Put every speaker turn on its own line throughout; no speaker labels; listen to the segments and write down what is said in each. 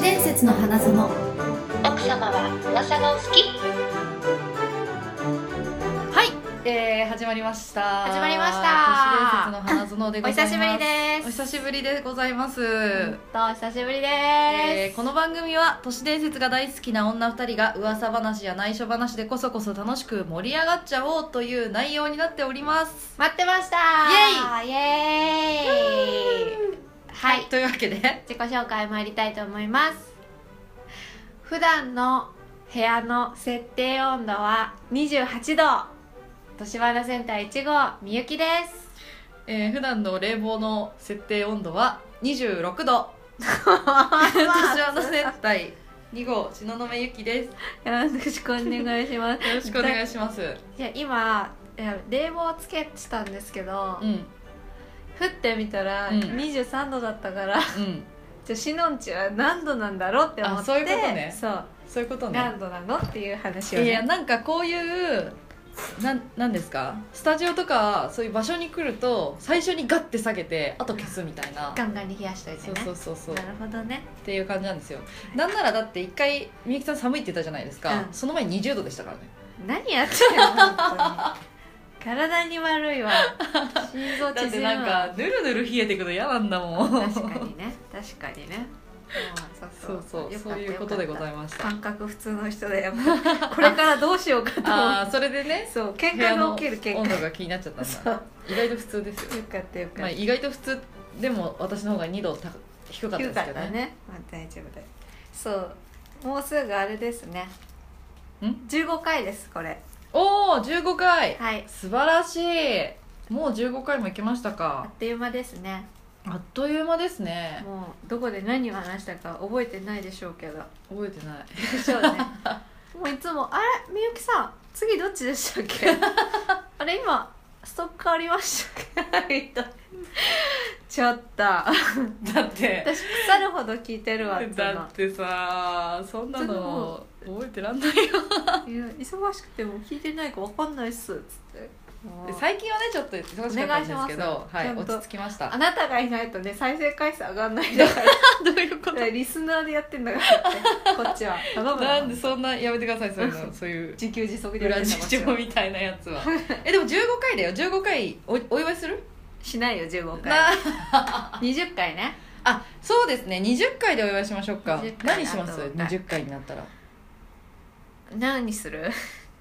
伝説の花園
奥様は噂がお好き
はい、えー、始まりました。
始まりました
都市伝説の花園で
お
ござ
久
います。
しぶりです
お久しぶりでございます。
どうお久しぶりで
えー
す、
この番組は都市伝説が大好きな女二人が噂話や内緒話でこそこそ楽しく盛り上がっちゃおうという内容になっております。
待ってましたイエーイはい
というわけで、
自己紹介参りたいと思います普段の部屋の設定温度は28度年花センター1号みゆきです
えー、普段の冷房の設定温度は26度。 私はの接待2号東雲ゆきです。よ
よろしくお願いします
ろしくお願いします。う
いや今いや冷房つけてたんですけど、
ん、う
降ってみたら
うん
23度だったから、
ん、
じゃあシノンチは何度なんだろうって思って
あそういうことね
そう
そういうことね。
何度なのっていう話を
いや
ね
なんかこういうなんなんですかスタジオとかそういう場所に来ると最初にガッて下げてあと消すみたいな
ガンガンに冷やしといて
そ
ね
うそうそうそうっ
なるほどね
ていう感じなんですよなんならだって一回みゆきさん寒いって言ったじゃないですか、
うん
その前20度でしたからね
何やってんの本 当に体に悪いわ心臓
だって
縮む
なん
わ
かぬるぬる冷えてくの嫌なんだもん
確かにね確かにねも
そううそう
よか
そ
っ
う
た
いうことでござ
よ
いまし
かった
た
感覚普通の人だよこれからどうしようかと思
ああーそれで
う
ね
そう喧嘩
部屋の
が起きる喧
温
嘩
度が気になっちゃったん
そう
だ
よ
意外と普通ですよ、
かったよかった、
まあ、意外と普通でも私の方が2度高低かったで
よ
す
か
け
っ
ど
たね、まあ、大丈夫だよそうもうすぐあれですね
ん
15回ですこれ
おお15回、
はい
素晴らしいもう15回も行きました
あっ
か
という間ですね
あっという間ですね
もうどこで何を話したか覚えてないでしょうけど
覚えてない
でしょうねもういつも「あれみゆきさん次どっちでしたっ けあれ今ストックありましたっけ?」と ちょっと
だって
私腐るほど聞いてるわそ
だ
の
ってさそんなの覚えてらんないよ
いや忙しくても聞いてないか分かんないっすっつってもう
最近はねちょっと忙しかったんですけ
お願いし
ど
ます
は
ちゃ
い
んと
落ち着きました
あ
あ
なたがいないとね再生回数上がんないんだから
どういうこ
だからリスナーでやってんだからってこっちは頼む
と
わ
なんでそんなやめてくださいそういうのそういう
自給自足でやっ
裏
てんだ
事
こ
情
っちは
みたいなや つはえでも15回だよ15回おお祝いする
しないよ15
な
回20回ね
あそうですね20回でお祝いしましょうか
20回
何します
あとはい
20回になったら
何する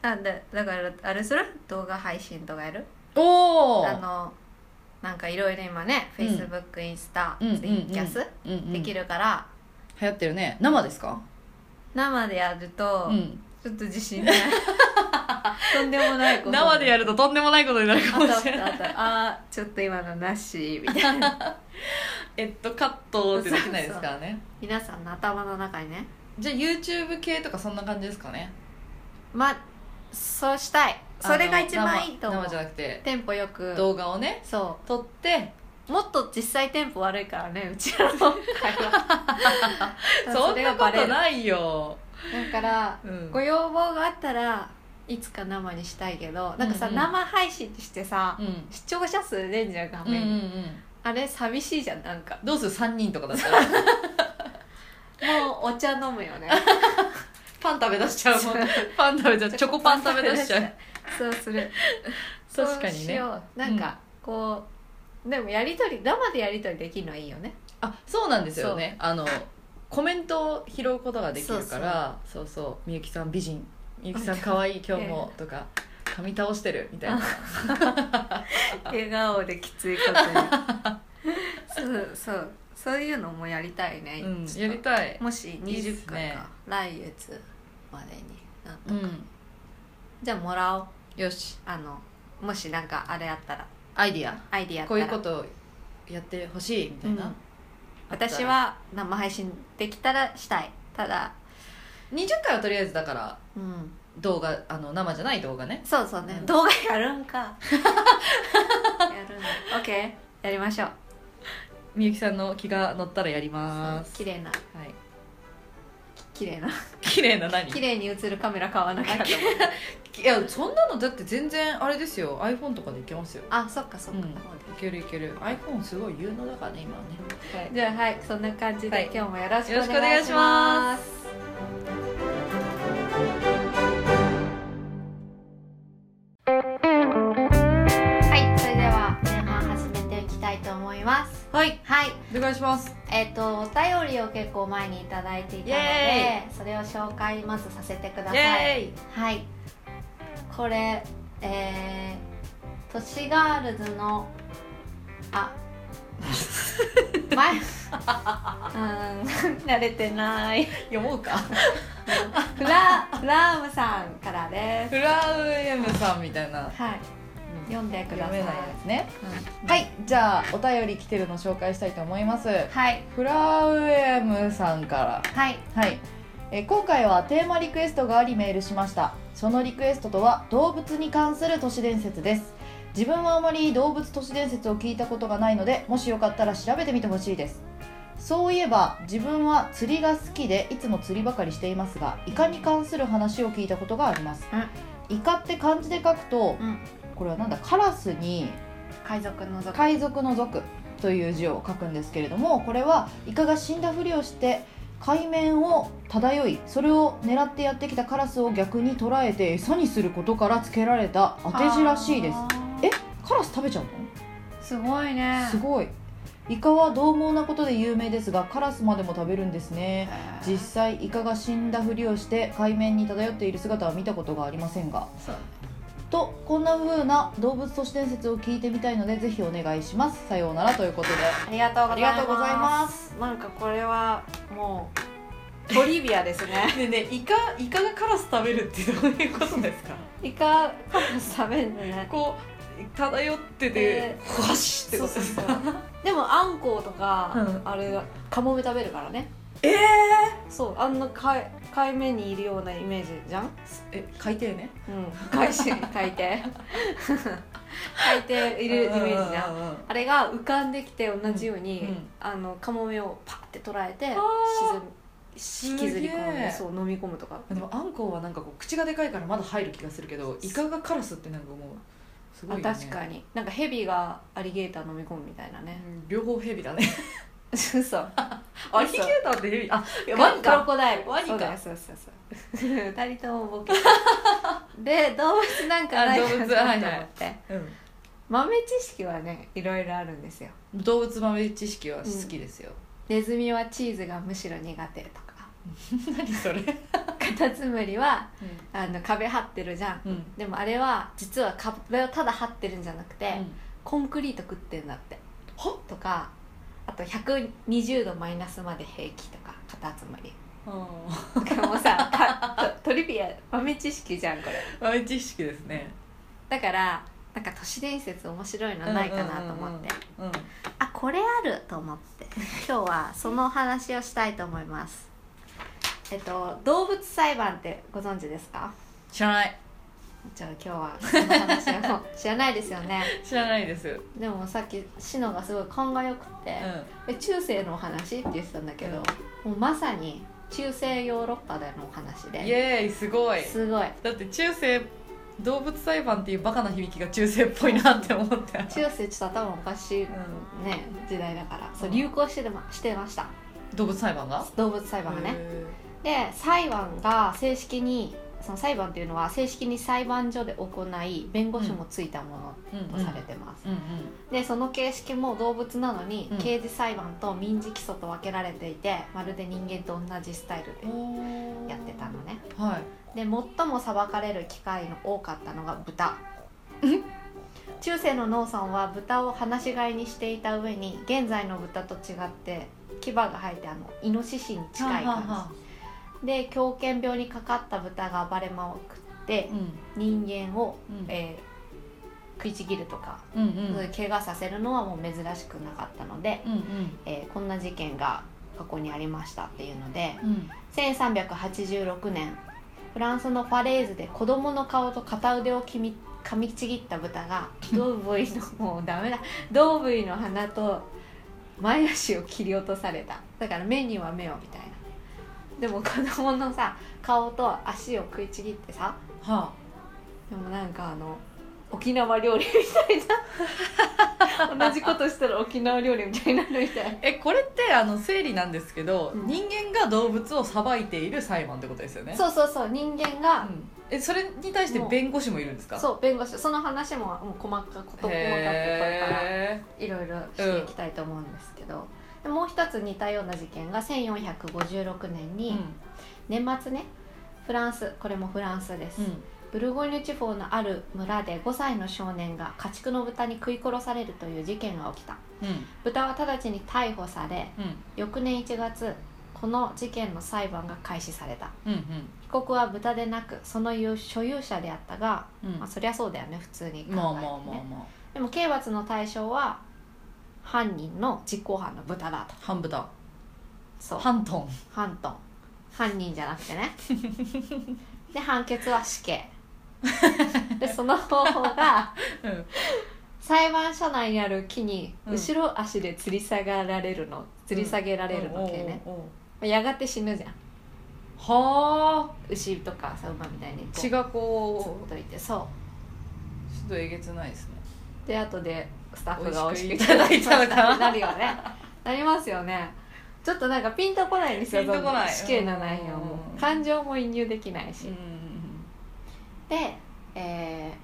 なんだだからあれする動画配信とかやる
おお
あのなんかいろいろ今ねフ
うん
ェイスブックインスタツイ
うん
キャス
うんうん、
できるから、
流行ってるね生ですか
生でやると、
うん
ちょっと自信 ないとんでもないこと
生でやるととんでもないことになる
あ
か
と
も
あとあ
しれない
あーちょっと今のなしみたいな
えっとカットってできないですからね
皆さんの頭の中にね
じゃあ YouTube 系とかそんな感じですかね
まそうしたいそれが一
あの
番いいと思う
生生じゃなくて
テンポよく
動画をね
そう
撮 って
もっと実際テンポ悪いからねう ち らの会話
そんなこと
だ
ないよ、
から
うん、
ご要望があったらいつか生にしたいけどなんかさ、
うんうん
生配信ってしてさ、
うん
視聴者数出んじゃん画
うんうんう
面、
ん
あれ寂しいじゃん なんか
どうする3人とかだったら
もうお茶飲むよね
パン食べ出しちゃうもん パン食べちゃう チョコパン食べ出しちゃう
そうする
確か
そう
にね
しようなんかこう、でもやりとり生でやりとりできるのはいいよ ね
あそうなんですよねあのコメントを拾うことができるからそうそうみゆきさん美人みゆきさん可愛い今日もとか噛み倒してるみたいな
笑顔できついことにそうそうそういうのもやりたいね、
うん
ちょっ
や
と
りたい
もし
いっすね
20回か来月までになんと
う
か、
ん
じゃあもらおう
よし
あのもしなんかあれあったら
アイディア
アイディアあった
こ
ら
ういうことやってほしいみたい
うん
な
私は生配信できたらしたいただ
20回はとりあえずだから
うん
動画あの生じゃない動画ね
そうそうね、
うん
動画やるん かやるんだ OK やりましょう
みゆきさんの気が乗ったらやります
綺麗な
はい
綺麗な
綺麗な何
綺麗に映るカメラ買わなきゃと思って
いやそんなのだって全然あれですよ iPhone とかでいけますよ
あそっかそっ
う
か、
んいけるいける iPhone すごい有能だからね今はね、はい
じゃあはいそんな感じで、
はい
今日もよろしく
よろしく
お
お
願
願
い
い
し
し
ま
ます
はいそれでは前半始めていきたいと思います
はい、
はい
お願いします。
えっ、とお便りを結構前にいただいていたの
イ
でそれを紹介まずさせてください
イ
はいこれえー、都市ガールズの あ前うーん慣れてない
読もうか。
フラフラームさんからです
フラウエムさんみたいな。
はい読んでください
つね。
うん
はい、じゃあお便り来てるの紹介したいと思います。
はい
フラウエムさんから。
はい
はい。えー今回はテーマリクエストがありメールしましたそのリクエストとは動物に関する都市伝説です自分はあまり動物都市伝説を聞いたことがないのでもしよかったら調べてみてほしいですそういえば自分は釣りが好きでいつも釣りばかりしていますがイカに関する話を聞いたことがあります、イカって漢字で書くと、
うん
これはなんだカラスに
海賊のぞく
海賊の族という字を書くんですけれどもこれはイカが死んだふりをして海面を漂いそれを狙ってやってきたカラスを逆に捕らえて餌にすることからつけられた当て字らしいです
あー
えカラス食べちゃうの
すごいね
すごいイカは獰猛なことで有名ですがカラスまでも食べるんですね
えー
実際イカが死んだふりをして海面に漂っている姿は見たことがありませんが
そう
とこんな風な動物都市伝説を聞いてみたいのでぜひお願いしますさようならということで
ありがとうございます
ありがとうございます
なんかこれはもうトリビアですね
ねねイカイカがカラス食べるってどういうことですか
イカカラス食べるのね
こう漂って
て
ふわし
そうそうそうでもあんこうとか、
うん
あれカモメ食べるからね
えー、
そうあんな海海面にいるようなイメージじゃん、
え海底ね
うん、海底海底 海底いるイメージじゃん
ん
あれが浮かんできて同じように、
うんうん
あのカモメをパッて捉えて
ー
沈み引きずり込ん
すげえ
でそう飲み込むとか
でもあんこうはなんかこう口がでかいからまだ入る気がするけどイカがカラスってなんかもうすごいよね
あ確かになんかヘビがアリゲーター飲み込むみたいなね
うん両方ヘビだね
嘘
アリゲーターってヘビあいや
ワ
ワ
ニ
ニ
かクロ
か
コダイル
ワニか
そうだよそうそうそう二人とも ボケで動物なんかない
あ動
かな
物
と
は
思
い
っ
はい
て
うん
豆知識はねいろいろあるんですよ
動物豆知識は好きですよ、
ネズミはチーズがむしろ苦手とか
何それ、
カタツムリはあの壁張ってるじゃん
うん
でもあれは実は壁をただ張ってるんじゃなくて、コンクリート食ってんだって
は
とかあと120度マイナスまで平気とかカタツムリもう さかトトリビア豆知識じゃんこれ
豆知識ですね
だからなんか都市伝説面白いのないかなと思って、
うん
あこれあると思って今日はその話をしたいと思いますえっと動物裁判ってご存知ですか
知らない
じゃあ今日はその話を 知らないですよね
知らないです、うん、
でもさっきシノがすごい勘がよくて、え中世のお話って言ってたんだけど、もうまさに中世ヨーロッパでのお話
イ
で
エーイすごい
すごい
だって中世動物裁判っていうバカな響きが中世っぽいなって思って
中世ちょっと頭おかしい、ね時代だからそう
うん
流行してましてました
動物裁判が
動物裁判がねで裁判が正式にその裁判っていうのは正式に裁判所で行い弁護士もついたも
うんうん
のとされてます、
うん
でその形式も動物なのに、
うん
刑事裁判と民事起訴と分けられていてまるで人間と同じスタイルで
うん
やってたのね
はい
で最も裁かれる機会の多かったのが豚中世の農村は豚を放し飼いにしていた上に現在の豚と違って牙が生えてあのイノシシに近い
はあ
感じ
はあ
で狂犬病にかかった豚が暴れまくって
うん
人間を、
うん
えー食いちぎるとか、
うんう
そうい
ん
う怪我させるのはもう珍しくなかったので、
うん
えーこんな事件が過去にありましたっていうので
うんうん
1386年フランスのファレーズで子供の顔と片腕をきみ噛みちぎった豚がドーブイのもうダメだドーブイの鼻と前足を切り落とされただから目には目をみたいなでも子供のさ顔と足を食いちぎってさ
は
でもなんかあの沖縄料理みた いな同じことしたら沖縄料理みたいになるみたい
えこれってあの整理なんですけど、
うん
人間が動物を裁いている裁判ってことですよね
そうそうそう人間が、
うんえそれに対して弁護士もいるんですかう
そう弁護士その話ももう細かくこと細かくこれからいろいろしていきたいと思うんですけど、でもう一つ似たような事件が1456年に年末ねフランスこれもフランスです、ブルゴーニュ地方のある村で5歳の少年が家畜の豚に食い殺されるという事件が起きた豚は直ちに逮捕され翌年1月この事件の裁判が開始された被告は豚でなくその所有者であったが、まあ、そりゃそうだよね普通に考えて、ね、
まあまあまあまあ
でも刑罰の対象は犯人の実行犯の豚だと
半豚
そう
半トン
犯と犯人じゃなくて ねで判決は死刑でその方法が
うん
裁判所内にある木に
うん
後ろ足で吊り下がられるの吊り下げられるの系ね、
おうおうおう
やがて死ぬじゃん
はあ
牛とかさ馬みたいにこう
血がこ
ずっといてそう
ちょっとえげつないですね
うで後でスタッフが
美
美
味
味
し
し
く
く
い
い
た
た
だ
だいた
いた
の
の
か
かな
ななるよねなりますよねちょっとなんかピンとこないんですよ
ピンとこ
どん
ない
どん死刑の内容も
うん
感情も移入できないし、
うん
で、えー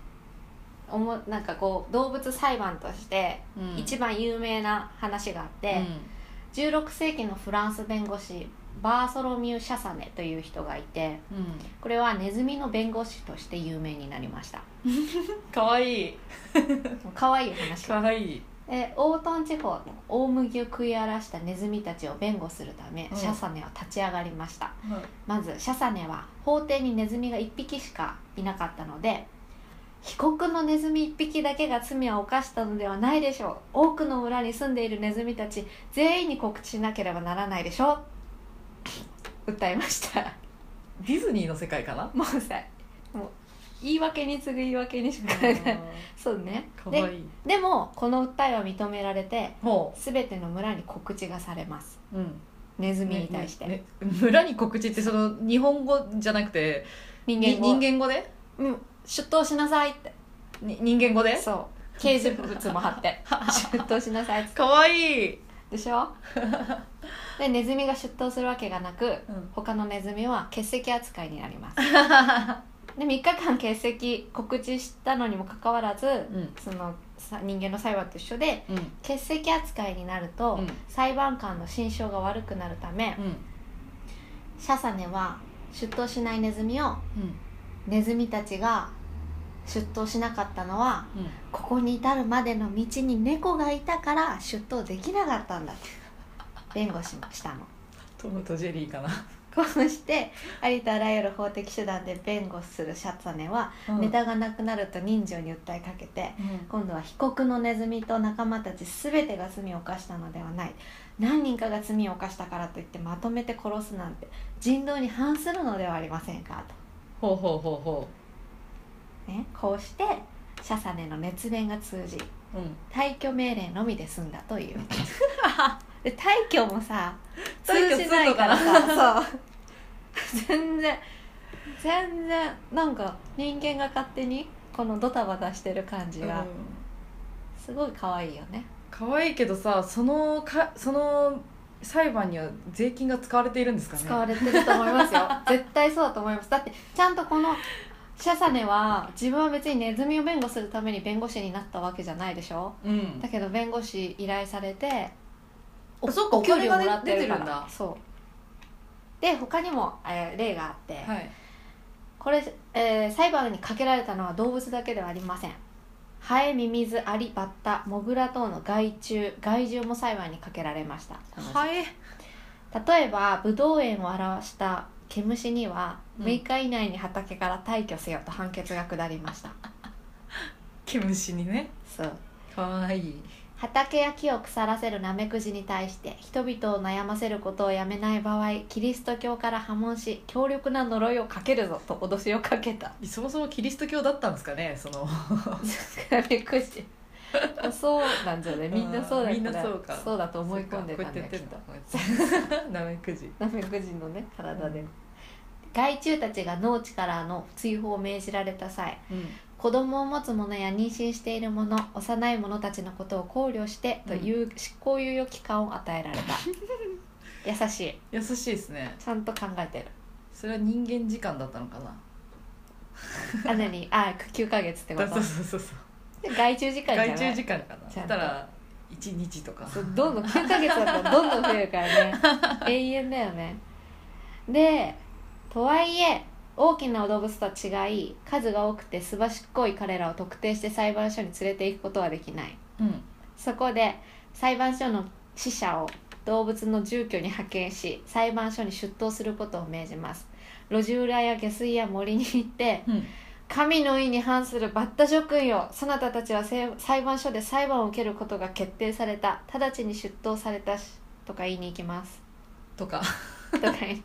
おもなんかこう動物裁判として
うん
一番有名な話があって、
うん
16世紀のフランス弁護士バーソロミュー・シャサネという人がいて
うん
これはネズミの弁護士として有名になりました
かわいい
可愛い話
かわいい
えオートン地方の大麦を食い荒らしたネズミたちを弁護するため、
うん
シャサネは立ち上がりましたまずシャサネは法廷にネズミが1匹しかいなかったので被告のネズミ1匹だけが罪を犯したのではないでしょう多くの村に住んでいるネズミたち全員に告知しなければならないでしょう訴えました
ディズニーの世界かな
もうさもう言い訳に次ぐ言い訳にしか考えないそうね
かわ
で
いい
でもこの訴えは認められて
ほ
全ての村に告知がされます
ううん
ネズミに対して、
ねね村に告知ってその日本語じゃなくて
人
に
間を
人間語で
うん、出頭しなさいって
に人間語で
そう刑事物も貼って出頭しなさいって
かわいい、
でし ょでネズミが出頭するわけがなく
うん、
他のネズミは欠席扱いになりますで3日間欠席告知したのにもかかわらず、
うん
そのさ人間の裁判と一緒で
うん
欠席扱いになると、
うん
裁判官の心証が悪くなるため、シャサネは出頭しないネズミを
うん
ネズミたちが出頭しなかったのは
うん
ここに至るまでの道に猫がいたから出頭できなかったんだと弁護士もしたの
トムとジェリーかな、
こうしてありとあらゆる法的手段で弁護するシャツネは、ネタがなくなると人情に訴えかけて
うん
今度は被告のネズミと仲間たち全てが罪を犯したのではない何人かが罪を犯したからといってまとめて殺すなんて人道に反するのではありませんかと。
ほうほうほうほ
ね、こうしてシャサネの熱弁が通じ
ううん
退去命令のみで済んだと いうで退去もさ通
退去
じないからさそう全然全然なんか人間が勝手にこのドタバタしてる感じがすごい可愛いよね、
かわいいけどさそのかその裁判には税金が使われているんですかね
使われてると思います よ絶対そうだと思いますだってちゃんとこのシャサネは自分は別にネズミを弁護するために弁護士になったわけじゃないでしょ
うん
だけど弁護士依頼されてお
そっか
お給料もらって
お金が出
る
て
か
るんだ
らそうで他にも、えー例があって、
はい
これ、えー裁判にかけられたのは動物だけではありませんハエミミズアリバッタモグラ等の害虫害獣も裁判にかけられました
はい
例えばブドウ園を表した毛虫には
うん
6日以内に畑から退去せよと判決が下りました、
毛虫にね
そう
かわいい
畑や木を腐らせるナメクジに対して人々を悩ませることをやめない場合キリスト教から破門し強力な呪いをかけるぞと脅しをかけ た
そもそもキリスト教だったんですかねその
ナメクジそうなんじゃねみんなそうだ
あーみんなそうか
そうだと思い込んで
こう
た
やっ
ん
て
だ
やっ
け
て
ど
んだナメクジ
ナメクジのね体で、
うん
害虫たちが農地からの追放を命じられた際
うん
子供を持つ者や妊娠している者幼い者たちのことを考慮してという執行猶予期間を与えられ た優しい
優しいですね
ちゃんと考えてる
それは人間時間だったのかな
あ何あ9ヶ月ってこ
そう
と
そうそうそう
害虫時間じゃな
外
い
注時間かな
ち
そ
ゃんと
したら1日とか
そうどんどん9ヶ月だったらどんどん増えるからね 永遠だよねでとはいえ大きな動物とは違い数が多くてすばしっこい彼らを特定して裁判所に連れていくことはできない
うん
そこで裁判所の死者を動物の住居に派遣し裁判所に出頭することを命じます路地裏や下水や森に行って
うん
神の意に反するバッタ諸君よそなたたちはせ裁判所で裁判を受けることが決定された直ちに出頭されたしとか言いに行きます
とか
とか言い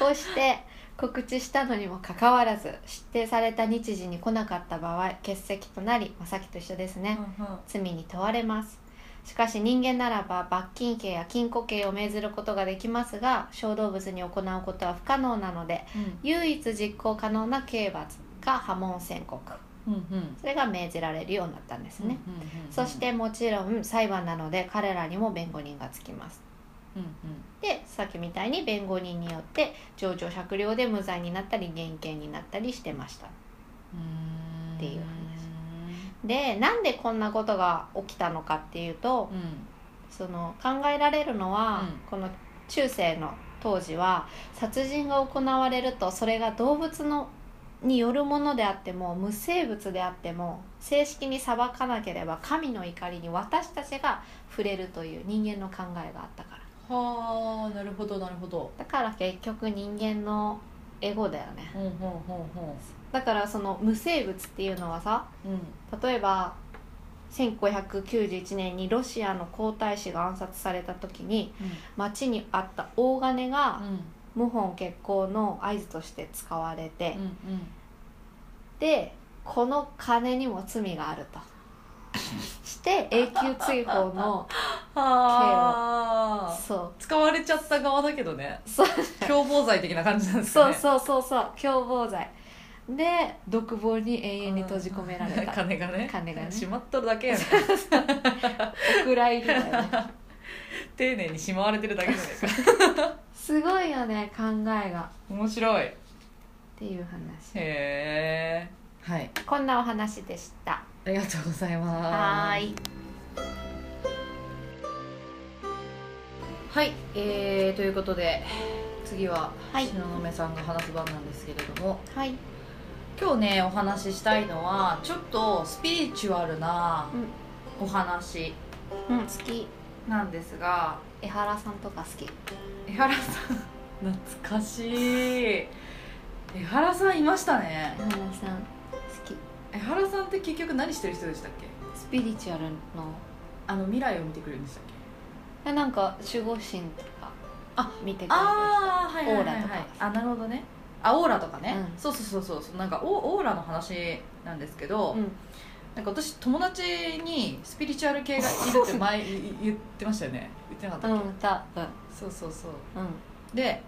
こうして告知したのにもかかわらず指定された日時に来なかった場合欠席となりまあさっきと一緒ですね、罪に問われますしかし人間ならば罰金刑や禁錮刑を命ずることができますが小動物に行うことは不可能なので
うん
唯一実行可能な刑罰が破門宣告
うんうん
それが命じられるようになったんですね、
うんうんうん
そしてもちろん裁判なので彼らにも弁護人がつきます
うんうん
でさっきみたいに弁護人によって情状酌量で無罪になったり減刑になったりしてました
うん
っていう話でなんでこんなことが起きたのかっていうと、
うん
その考えられるのは、
うん
この中世の当時は殺人が行われるとそれが動物のによるものであっても無生物であっても正式に裁かなければ神の怒りに私たちが触れるという人間の考えがあったから
はあなるほどなるほど
だから結局人間のエゴだよね
ほんほんほんほ
だからその無生物っていうのはさ
んうん
例えば1591年にロシアの皇太子が暗殺された時に町にあった大金が
うん
謀反決行の合図として使われて、
うんうん
でこの金にも罪がある として永久追放の
はあ
そ
使われちゃった側だけどね
うそう
共謀罪的な感じなんですか
そう
ね
そうそうそう共謀罪で独房に永遠に閉じ込められ た、
金がね
金がね
しまっとるだけやね
お蔵入りだよね
丁寧にしまわれてるだけじゃないか
すごいよね考えが
面白いへ
っていう話
えはい
こんなお話でした
ありがとうございます
はーい
はい、えー、ということで次は
はい
東雲さんが話す番なんですけれども、
はい
今日ねお話ししたいのはちょっとスピリチュアルなお話
うん好き
なんですが
江原さんとか好き
江原さん 懐かしい江原さんいましたね
江原さん好き
江原さんって結局何してる人でしたっけ
スピリチュアルの
あの未来を見てくれるんでしたっけ
えなんか守護神とか
あ
見てくれる人
ああはいはいは
オ
い、
ーラと
はい
か、
あなるほどねあオーラとかね、
うん
そうそうそうそうなんかオオーラの話なんですけど、
うん
なんか私友達にスピリチュアル系がいるって前い言ってましたよね言ってなかったっけ、
うん多分
そうそうそう
うん
で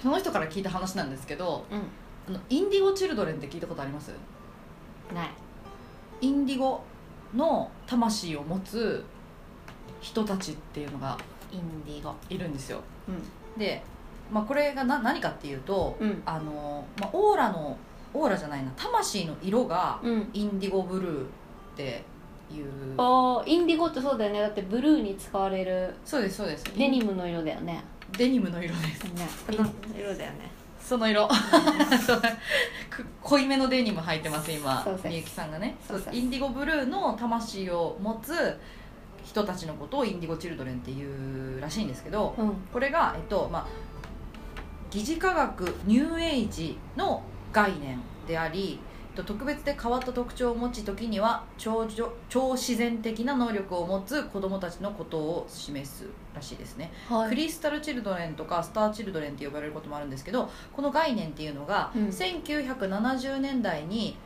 その人から聞いた話なんですけど
う
あのインディゴ・チルドレンって聞いたことありま
ん
す
ない
インディゴの魂を持つ人たちっていうのが
インディゴ
いるんですよ
う
で、まあ、これがな何かっていうと、
んうん
あのまあ、オーラのオーラじゃないな魂の色が
うん
インディゴブルーっていう
あーインディゴってそうだよねだってブルーに使われる
そうですそうです
デニムの色だよね
デニムの色です
ね
うん
色だよね
その色 く濃いめのデニム履いてます今
そうです
みゆきさんがね
そうです
インディゴブルーの魂を持つ人たちのことをインディゴチルドレンっていうらしいんですけど
うん
これがえっとまあ疑似科学ニューエイジの概念でありえっと特別で変わった特徴を持ち時には超じょ超自然的な能力を持つ子供たちのことを示すらしいですね
は
クリスタル・チルドレンとかスター・チルドレンって呼ばれることもあるんですけどこの概念っていうのが、
うん
1970年代に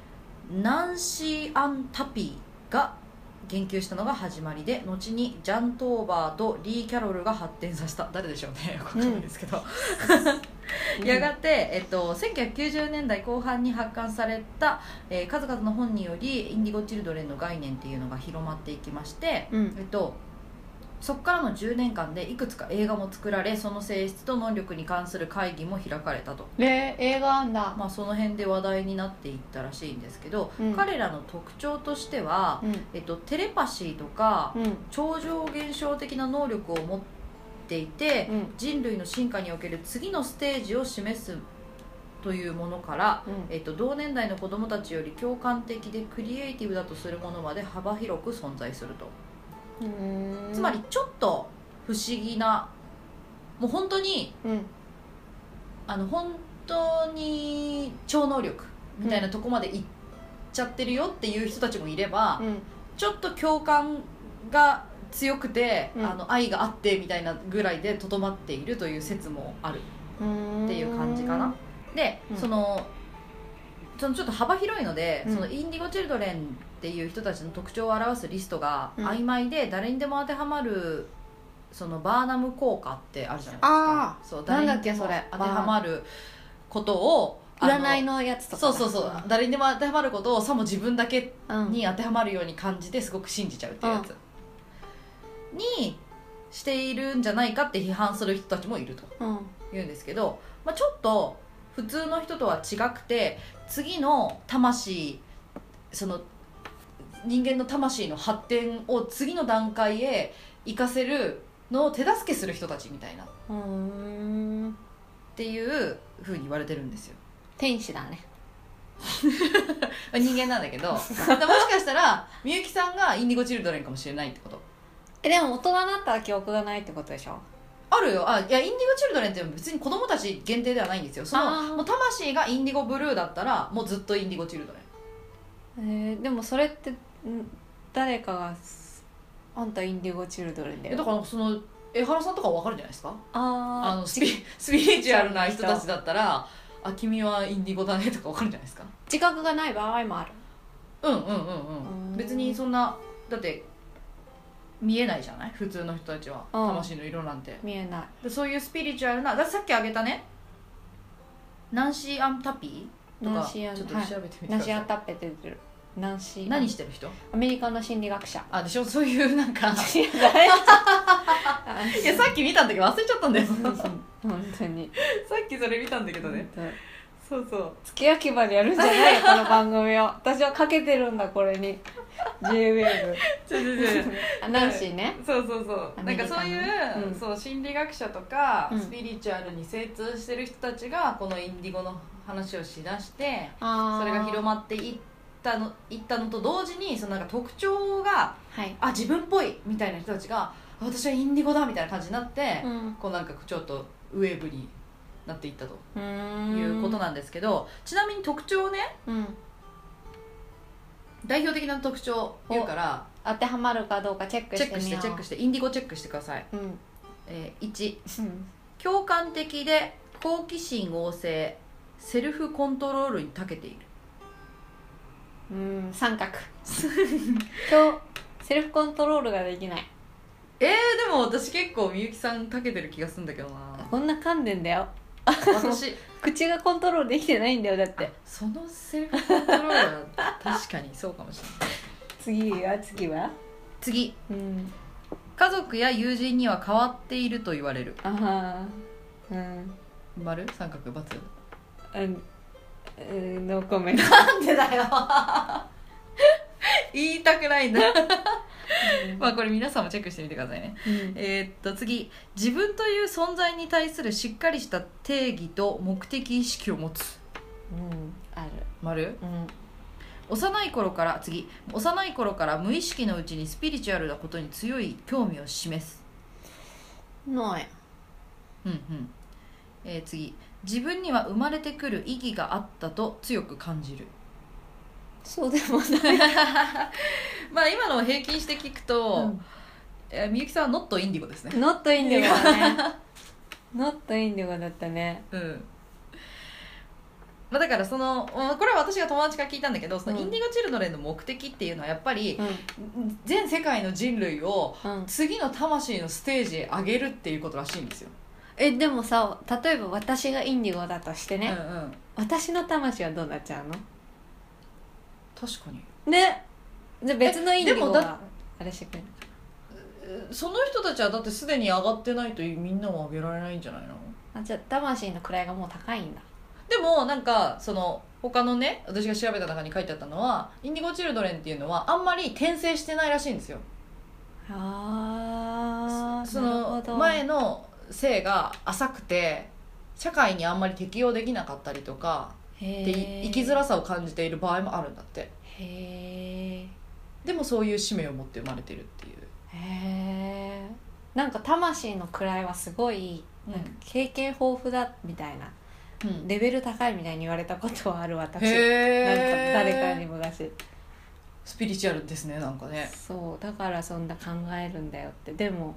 ナンシー・アン・タピーが言及したのが始まりで後にジャン・トーバーとリー・キャロルが発展させた誰でしょうね よくわかんないですけど、やがて、えっと、1990年代後半に発刊された、えー数々の本によりインディゴ・チルドレンの概念っていうのが広まっていきまして、
うん
えっと、そこからの10年間でいくつか映画も作られその性質と能力に関する会議も開かれたと、
ね映画あんだ、
まあ、その辺で話題になっていったらしいんですけど、
うん
彼らの特徴としては、
うん
えっと、テレパシーとか
うん
超常現象的な能力を持っていて、
うん
人類の進化における次のステージを示すというものから、
うん
えっと、同年代の子どもたちより共感的でクリエイティブだとするものまで幅広く存在すると、
うん
つまりちょっと不思議なもう本当に
うん
あの本当に超能力みたいなとこまで行っちゃってるよっていう人たちもいれば、
うん
ちょっと共感が強くて、
うん
あの愛があってみたいなぐらいでとどまっているという説もある
うん
っていう感じかな。で、
うん
そのそのちょっと幅広いので、
うん
そのインディゴ・チルドレンっていう人たちの特徴を表すリストが
うん
曖昧で誰にでも当てはまるそのバーナム効果ってあるじゃないです
あ
かそう
なんだっけ
誰にでも
それ
当てはまることをあの
占いのやつとか
そうそうそう誰にでも当てはまることをさも自分だけ
うん、
に当てはまるように感じてすごく信じちゃうっていうやつ、にしているんじゃないかって批判する人たちもいると
うん
言うんですけど、まあ、ちょっと普通の人とは違くて次の魂その人間の魂の発展を次の段階へ行かせるのを手助けする人たちみたいなっ
うん
ていうふうに言われてるんですよ
天使だね
まあ人間なんだ けどだからもしかしたらみゆきさんがインディゴ・チルドレンかもしれないってこと
えでも大人になったら記憶がないってことでしょ
あるよあいやインディゴ・チルドレンって別に子供たち限定ではないんですよそ
あー
のもう魂がインディゴブルーだったらもうずっとインディゴ・チルドレン
えー、でもそれってん誰かがすあんたインディゴチルドレンだ
え
よ
だからその江原さんとかは分かるんじゃないですかあ
あ
のスピ スピリチュアルな人たちだったら「あ君はインディゴだね」とか分かるんじゃないですか
ー自覚がない場合もある
うんうんうん
う
うんん別にそんなだって見えないじゃない普通の人たちは
うん
魂の色なんて
見えない
でそういうスピリチュアルなだってさっきあげたねナンシー・アン・タピーと
ナン
か
シーアン
ちょっと
はい
調べてみてく
ナ
だ
ンシ
さい、
アンタッペって出てるナンシー
何してる人
アメリカの心理学者
あでしょそういうな んかい
知らない
やさっき見たんだけど忘れちゃったんだよ
うん
さ
本当に
っきそれ見たんだけどねそうそう
付け焼き場でやるんじゃないよこの番組を私はかけてるんだこれに JWAVE
ちょちょちょ
あナンシーね
そうそうそ
ア
うな
メ
ん
リカの
かそういう,、
うん
そう心理学者とか
うん
スピリチュアルに精通してる人たちがこのインディゴの話をしだして
あー
それが広まっていったのいったのと同時にそのなんか特徴が
はい、
あ自分っぽいみたいな人たちがあ私はインディゴだみたいな感じになって、
うん
こうなんかちょっとウェーブになっていったと
うーん
いうことなんですけど、ちなみに特徴をね
うん
代表的な特徴を言うから
当てはまるかどうかチェック
チ
し
ェッ
て
クし
み
て
よう
チェックしてインディゴチェックしてください、
うん
えー1
うん
共感的で好奇心旺盛セルフコントロールに長けている
うん三 角今日セルフコントロールができない
えー、でも私結構みゆきさん長けてる気がするんだけどな
こんな噛んでんだよ
私
口がコントロールできてないんだよだって
そのセルフコントロールは確かにそうかもしれない
次は次は
次
うん
家族や友人には変わっていると言われる
あはーうん
丸三角×
うんうんノーコメント
なんでだよ言いたくないんだ まあこれ皆さんもチェックしてみてくださいね
うん
えーっと次自分という存在に対するしっかりした定義と目的意識を持つ
うんある
丸
うん
幼い頃から次幼い頃から無意識のうちにスピリチュアルなことに強い興味を示す
ない
うんうん、えー次自分には生まれてくる意義があったと強く感じる
そうでもない
まあ今のを平均して聞くと、
うん
えーみゆきさんはノットインディゴで すね
ノットインディゴだねノットインディゴだったね
うんまあ、だからそのうんこれは私が友達から聞いたんだけどその
うん
インディゴ・チルドレンの目的っていうのはやっぱり
うん
全世界の人類を
うん、
次の魂のステージへ上げるっていうことらしいんですよ。
えでもさ例えば私がインディゴだとしてね、
うんうん、
私の魂はどうなっちゃうの
確かに
ねじゃあ別のインディ
で
ゴ
も
があれしてくれる
その人たちはだってすでに上がってないとみんなも上げられないんじゃないの
あじゃあ魂の位がもう高いんだ
でもなんかその他のね私が調べた中に書いてあったのはインディゴ・チルドレンっていうのはあんまり転生してないらしいんですよ。
あー
そ
なる
の
ほど
前の性が浅くて社会にあんまり適応できなかったりとか
へ
で
ー
生きづらさを感じている場合もあるんだって
へ
でもそういう使命を持って生まれてるっていう、
えへーなんか魂の位はすごい経験豊富だみたいな
うん
レベル高いみたいに言われたことはある私なんか
へ
誰かに
に
昔
スピリチュアルですねなんかね
そうだからそんな考えるんだよってでも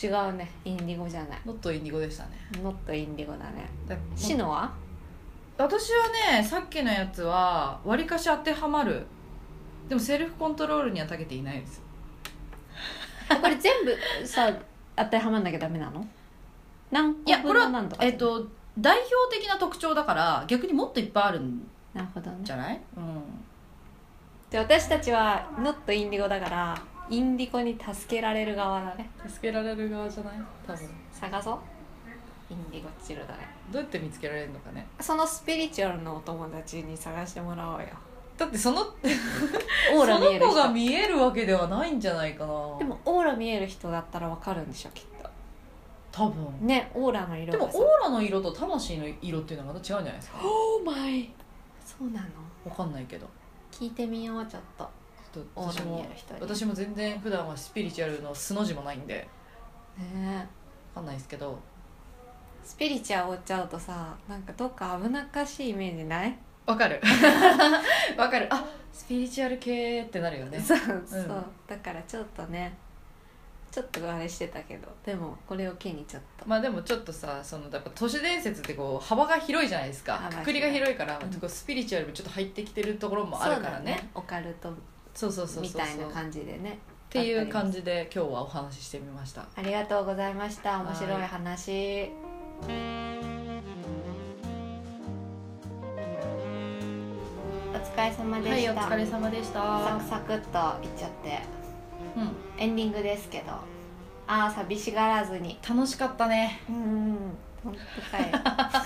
違うねインディゴじゃない
もっとインディゴでしたね
ノットインディゴだね
だ
シノは
私はねさっきのやつはわりかし当てはまるでもセルフコントロールには長けていないです
これ全部 さ当てはまんなきゃダメなの何個
いやこ
分
れ
の
は
何度
えっ、と代表的な特徴だから逆にもっといっぱいあるん
なるほどね
じゃない、うん
で私たちはノットインディゴだからインディゴに助けられる側だね
助けられる側じゃない多分
探そうインディゴチルだね
どうやって見つけられるのかね
そのスピリチュアルのお友達に探してもらおうよ
だってその
オー
そ
ラ見え
の
る
子が
人
見えるわけではないんじゃないかな
でもオーラ見える人だったらわかるんでしょきっと
多分
ねオーラの色
でも
が
オーラの色と魂の色っていうのはまた違うんじゃないですか
オーマイそうなの
わかんないけど
聞いてみようちょっと
ちょっと
オー
私
ラ見え
も
る人に
私も全然普段はスピリチュアルの素の字もないんで
ね
わかんないですけど
スピリチュアル追っちゃうとさなんかどっか危なっかしいイメージない
わかる わかるあスピリチュアル系ってなるよね
そうそう、
うん
だからちょっとねちょっとあれしてたけどでもこれを機にちょっと
まあでもちょっとさそのやっぱ都市伝説ってこう幅が広いじゃないですか
幅広い
くくりが広いから、
うん
こうスピリチュアルもちょっと入ってきてるところもあるからね
そうだオカルト
そうそうそうそう
み
そう
たいな感じでね
っていう感じで今日はお話ししてみました
ありがとうございました面白
はいい
話お疲れ様でした、
様でした
サクサクっといっちゃって
うん、
エンディングですけどああ寂しがらずに
楽しかったね
うん本当か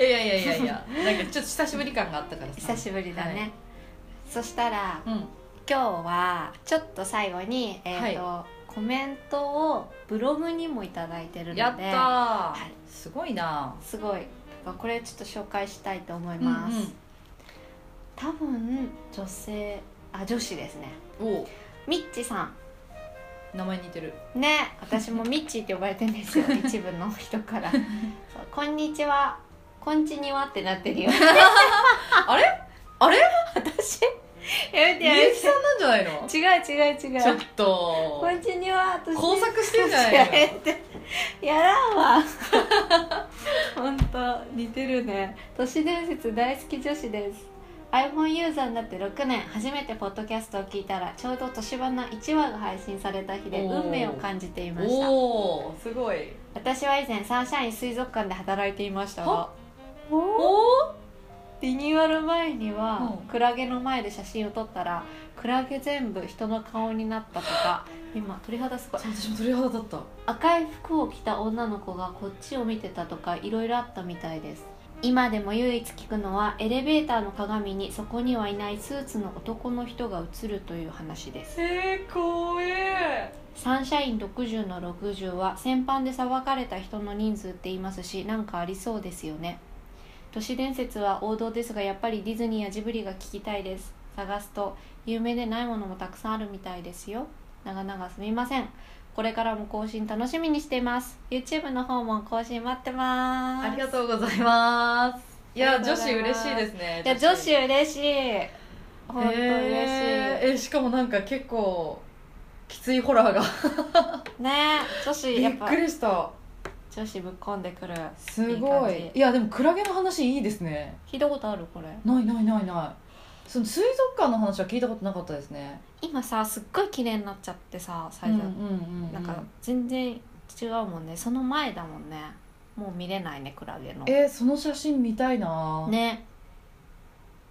い
いやいやいやいや なんかちょっと久しぶり感があったから さ
久しぶりだね、
はい
そしたら
うん
今日はちょっと最後に、えーとコメントをブログにもいただいてるので
やったー、
い
すごいな
すごいこれちょっと紹介したいと思います、多分女性あ女子ですね
うんうん、お
ミッチさ
名前似てる
んね私もミッチーって呼ばれてるん ですよ一部の人からそうこんにちはこんちにはってなってるよ
あれあれ
私やめて
みゆ
やめ
きさんなんじゃないの
て違う違う違う
ちょっと
こんちには私
工作してんじゃない
や
の
めて やらんわ 本当似てるね都市伝説大好き女子です iPhone ユーザーになって6年初めてポッドキャストを聞いたらちょうど「年花」1話が配信された日で
おー
運命を感じていました
おおすごい
私は以前サンシャイン水族館で働いていましたが
は
おー
おお
リニューアル前には、
うん
クラゲの前で写真を撮ったらクラゲ全部人の顔になったとか今鳥肌すごい
私も鳥肌だった
赤い服を着た女の子がこっちを見てたとかいろいろあったみたいです今でも唯一聞くのはエレベーターの鏡にそこにはいないスーツの男の人が映るという話です
えー、怖え
サンシャイン60の60は先般で裁かれた人の人数って言いますしなんかありそうですよね都市伝説は王道ですがやっぱりディズニーやジブリが聞きたいです探すと有名でないものもたくさんあるみたいですよ長々すみませんこれからも更新楽しみにしています YouTube の方も更新待ってます
ありがとうございますい
あ
や
りがと
女
うござ
子
いま
嬉
す
しいですね
いや女子嬉しい本当嬉しい、
えーえしかもなんか結構きついホラーが
ねえ女子
び
やっ
っ
ぱ
くりした
女子ぶっこんでくる
す
いい
ご
感
いい
じ
やでもクラゲの話いいですね
聞いたことあるこれ
ないないないないその水族館の話は聞いたことなかったですね
今さすっごい綺麗になっちゃってさサイ
うん
ズ、
うんうん
なんか全然違うもんねその前だもんねもう見れないねクラゲの
えーその写真見たいな、
ね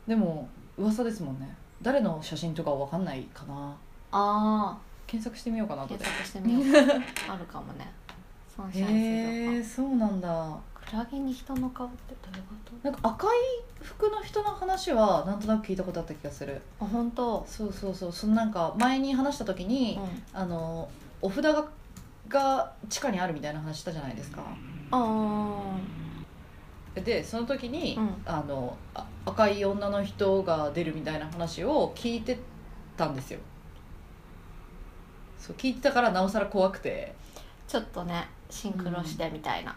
でも噂ですもんね誰の写真とかわかんないかな
あ
検索してみようかな
あ
後で
検索してみよ うあるかもねサンシャイン
へえー、そうなんだ
クラゲに人の顔ってどういうこ
なんか赤い服の人の話はなんとなく聞いたことあった気がする
とあ本当
そうそうそうそのなんか前に話した時に、
うん
あのお札がが地下にあるみたいな話したじゃないですか
あ
でその時に、
うん
あのあ赤い女の人が出るみたいな話を聞いてたんですよそう聞いてたからなおさら怖くてへ
ーちょっとねシンクロしてみたいな、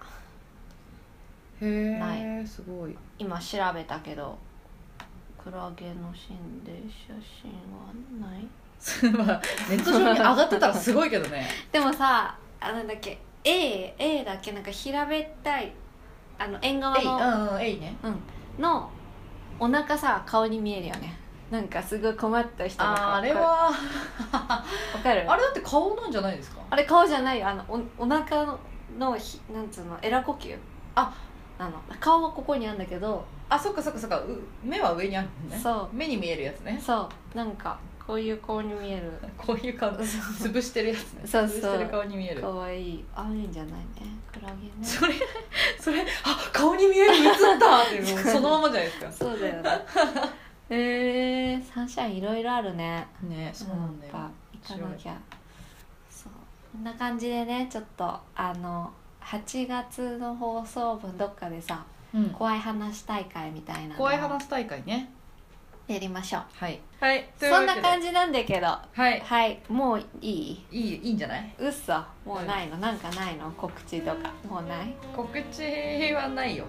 えすご い
今調べたけどクラゲの心霊写真はない
それはネット上に上がってたらすごいけど ね
でもさあなんだっけ A, A だっけなんか平べったいあの縁側
えいうん
の,、
うんえいね
うん、のお腹さ顔に見えるよねなんかすごい困った人の顔
ああれは
わかる
あれだって顔なんじゃないですか
あれ顔じゃないよあのおお腹ののひなんつうのエラ呼吸ああの顔はここにあるんだけど
あそっかそっかそっかう目は上にあるのね
そ
目に見えるやつ
う
ね
そうなんかこういう顔に見え る
こういう顔潰してるやつね
そうそう
潰してる顔に見える
かわいいああいうんじゃないねクラゲね
それそれあ顔に見える映ったっていう
そ
そうのままじゃないですか
そうだよねえー、サンシャインいろいろあるね
ねそうなんだよ
やっぱ行かなきゃそうこんな感じでねちょっとあの8月の放送分どっかでさ
うん
怖い話大会みたいなのを
怖い話大会ね
やりましょう
はいはい
そんな感
じ
じなんだけど
はい
はいもういい
いいいいんじゃない
嘘もうないの、なんかないの告知とかもうない
告知はないよ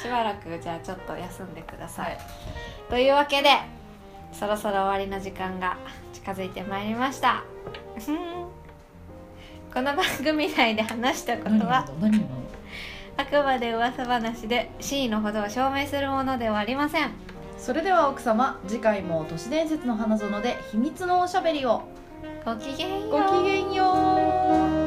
しばらくじゃあちょっと休んでください、
はい
というわけでそろそろ終わりの時間が近づいてまいりました ふんこの番組内で話したことは
何なの
あくまで噂話で真意のほどを証明するものではありません
それでは奥様次回も都市伝説の花園で秘密のおしゃべりを
ごきげんよう
ごきげんよう